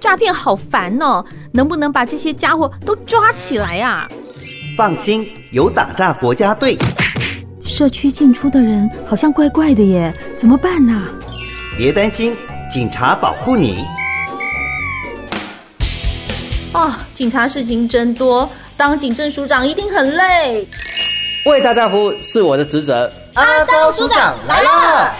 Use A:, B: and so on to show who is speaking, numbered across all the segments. A: 诈骗好烦哦，能不能把这些家伙都抓起来啊？
B: 放心，有打诈国家队。
C: 社区进出的人好像怪怪的耶，怎么办呐、
B: 别担心，警察保护你。
A: 哦，警察事情真多，当警政署长一定很累。
D: 为大家服务是我的职责。
B: 阿
A: 昭署长来了。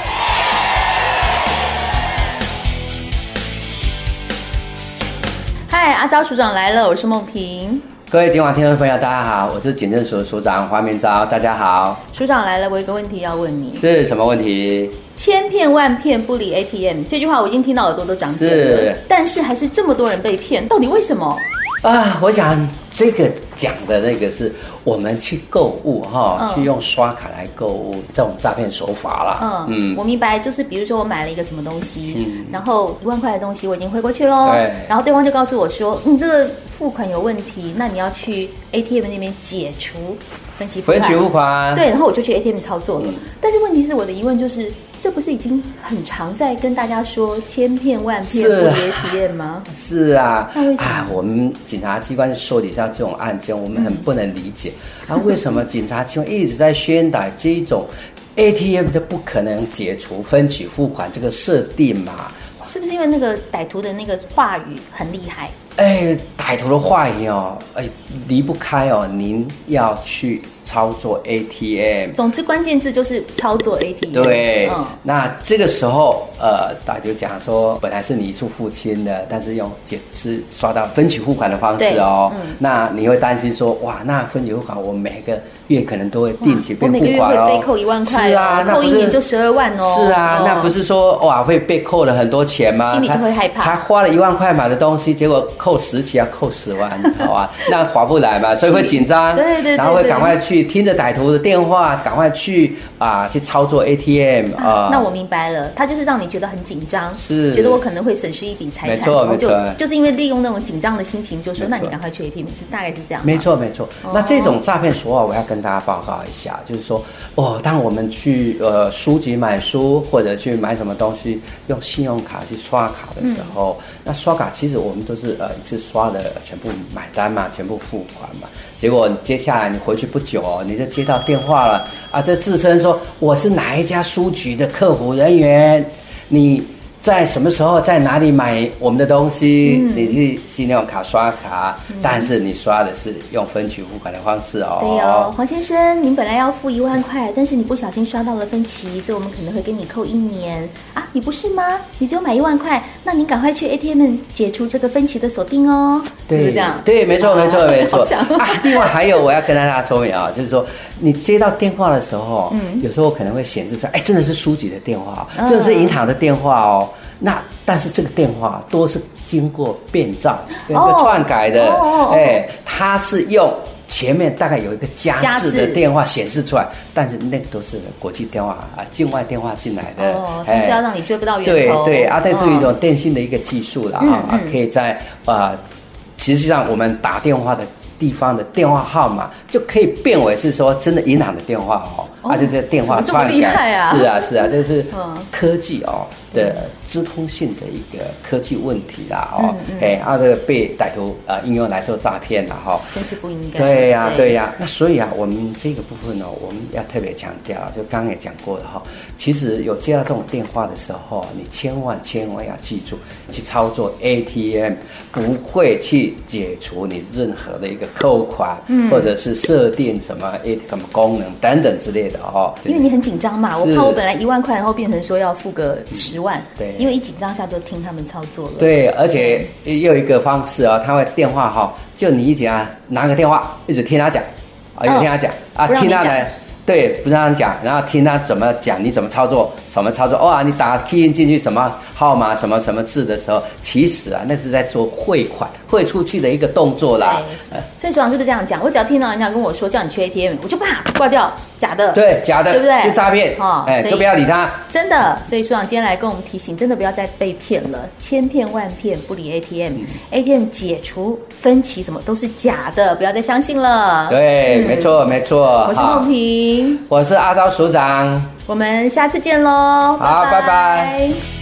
A: 嗨，阿昭署长来了，我是梦萍。
D: 各位今晚听众朋友，大家好，我是警政署署长黄明昭，大家好。
A: 署长来了，我有个问题要问你：
D: 是什么问题？
A: 千骗万骗不离 ATM 这句话我已经听到耳朵都长茧了
D: 是，
A: 但是还是这么多人被骗，到底为什么？
D: 啊，我想这个讲的那个是我们去购物哈、
A: 嗯
D: 去用刷卡来购物这种诈骗手法啦。
A: 嗯，我明白，就是比如说我买了一个什么东西，
D: 嗯
A: 然后一万块的东西我已经汇过去喽
D: 对，
A: 然后对方就告诉我说你这个付款有问题，那你要去 ATM 那边解除分期付
D: 分
A: 款。
D: 期付款。
A: 对，然后我就去 ATM 操作了。
D: 嗯
A: 但是问题是，我的疑问就是，这不是已经很常在跟大家说千骗万骗不
D: 是啊
A: 离 ATM 吗？
D: 是啊
A: 那为，什么
D: 啊，我们警察机关受理像这种案件，我们很不能理解、啊，为什么警察机关一直在宣导这一种 ATM 就不可能解除分期付款这个设定嘛？
A: 是不是因为那个歹徒的那个话语很厉害？
D: 哎，歹徒的话语哦，哎，离不开哦，您要去操作 ATM。
A: 总之，关键字就是操作 ATM。
D: 对，
A: 嗯，
D: 那这个时候，呃，大就讲说，本来是你付付清的，但是用解是刷到分期付款的方式哦，
A: 对嗯
D: 那你会担心说，哇，那分期付款我每个月可能都会定期被
A: 我
D: 付
A: 每个月
D: 款
A: 会
D: 哦，
A: 被扣一万块哦，
D: 是啊，那
A: 扣
D: 不
A: 一
D: 是
A: 年就十二万哦。
D: 是啊，
A: 嗯
D: 那不是说哇会被扣了很多钱吗？
A: 心里就
D: 才
A: 会害怕
D: 才花了一万块买的东西，结果扣十起啊，扣十万，好 啊，那划不来嘛，所以会紧张，
A: 对对对
D: 然后会
A: 对
D: 赶快去听着歹徒的电话，赶快去啊去操作 ATM 啊。
A: 那我明白了，他就是让你觉得很紧张，
D: 是
A: 觉得我可能会损失一笔财产，
D: 没错
A: 然后就
D: 没错
A: 就是因为利用那种紧张的心情，就说
D: 没错
A: 那你赶快去 ATM，是大概是这样。哦
D: 没，错，没错。那这种诈骗手法，我要跟大家报告一下，就是说，哦，当我们去呃书籍买书或者去买什么东西，用信用卡去刷卡的时候，
A: 嗯
D: 那刷卡其实我们都是呃一次刷了全部买单嘛，全部付款嘛。结果接下来你回去不久、哦，你就接到电话了啊，这自称说我是哪一家书局的客服人员，你。在什么时候在哪里买我们的东西？
A: 嗯
D: 你去信用卡刷卡，但是你刷的是用分期付款的方式哦。
A: 对哦，黄先生，您本来要付一万块，但是你不小心刷到了分期，所以我们可能会给你扣一年啊，你不是吗？你只有买一万块，那您赶快去 ATM 解除这个分期的锁定哦，是不是这样？
D: 对，没错，没错，
A: 啊
D: 没错
A: 好像。
D: 啊，另外还有我要跟大家说明啊，就是说你接到电话的时候，
A: 嗯
D: 有时候可能会显示说，哎，真的是书籍的电话哦
A: 嗯，
D: 真的是银行的电话哦。那但是这个电话都是经过变造、那个篡改的
A: 哦哦哦，
D: 哎，它是用。前面大概有一个
A: 加
D: 加
A: 字
D: 字的电话显示出来，但是那个都是国际电话啊，境外电话进来的，
A: 哦，他是要让你追不到源
D: 对
A: 头。
D: 对啊，这是一
A: 嗯
D: 种电信的一个技术了啊，
A: 嗯
D: 啊
A: 嗯
D: 可以在啊，实际上我们打电话的地方的电话号码就可以变为是说真的银行的电话哦，
A: 哦
D: 啊，就是电话
A: 怎么这么
D: 篡
A: 厉害
D: 改，
A: 啊
D: 是啊是啊，这是
A: 嗯
D: 科技哦的资通性的一个科技问题啦哦
A: 嗯，
D: 哎，啊这个被歹徒啊应用来做诈骗哦了哈，
A: 真是不应该。
D: 对呀、对呀、那所以啊，我们这个部分呢、我们要特别强调，就刚刚也讲过了哈、其实有接到这种电话的时候，啊你千万千万要记住，去操作 ATM 不会去解除你任何的一个扣款，
A: 嗯
D: 或者是设定什么 ATM 功能等等之类的哦。
A: 因为你很紧张嘛，我
D: 是
A: 怕我本来一万块，然后变成说要付个十万，
D: 对
A: 因为一紧张下就听他们操作了，，
D: 对，而且也有一个方式啊、他会电话哈、就你一直啊拿个电话，一直听他讲，啊，一直听他讲、啊，
A: 哦不让你
D: 听他
A: 讲
D: 来，对，不让他讲，然后听他怎么讲，你怎么操作，怎么操作，哇、你打 key in 进去什么号码什么什么字的时候，其实啊，那是在做汇款汇出去的一个动作啦。呃
A: 对所以所长是不是这样讲？我只要听到人家跟我说叫你去 ATM，我就啪挂掉，假的，，
D: 对，假的，
A: 对不对
D: 是诈骗，
A: 哦
D: 哎，
A: 所以
D: 就不要理他。
A: 真的。所以所长今天来跟我们提醒，真的不要再被骗了，千骗万骗不理
D: 嗯
A: ATM，ATM 解除分歧什么都是假的，不要再相信了。，
D: 对，没错，没错。
A: 嗯我是
D: 哈
A: 梦萍，
D: 我是阿昭署长。
A: 我们下次见喽，
D: 好拜拜
A: 拜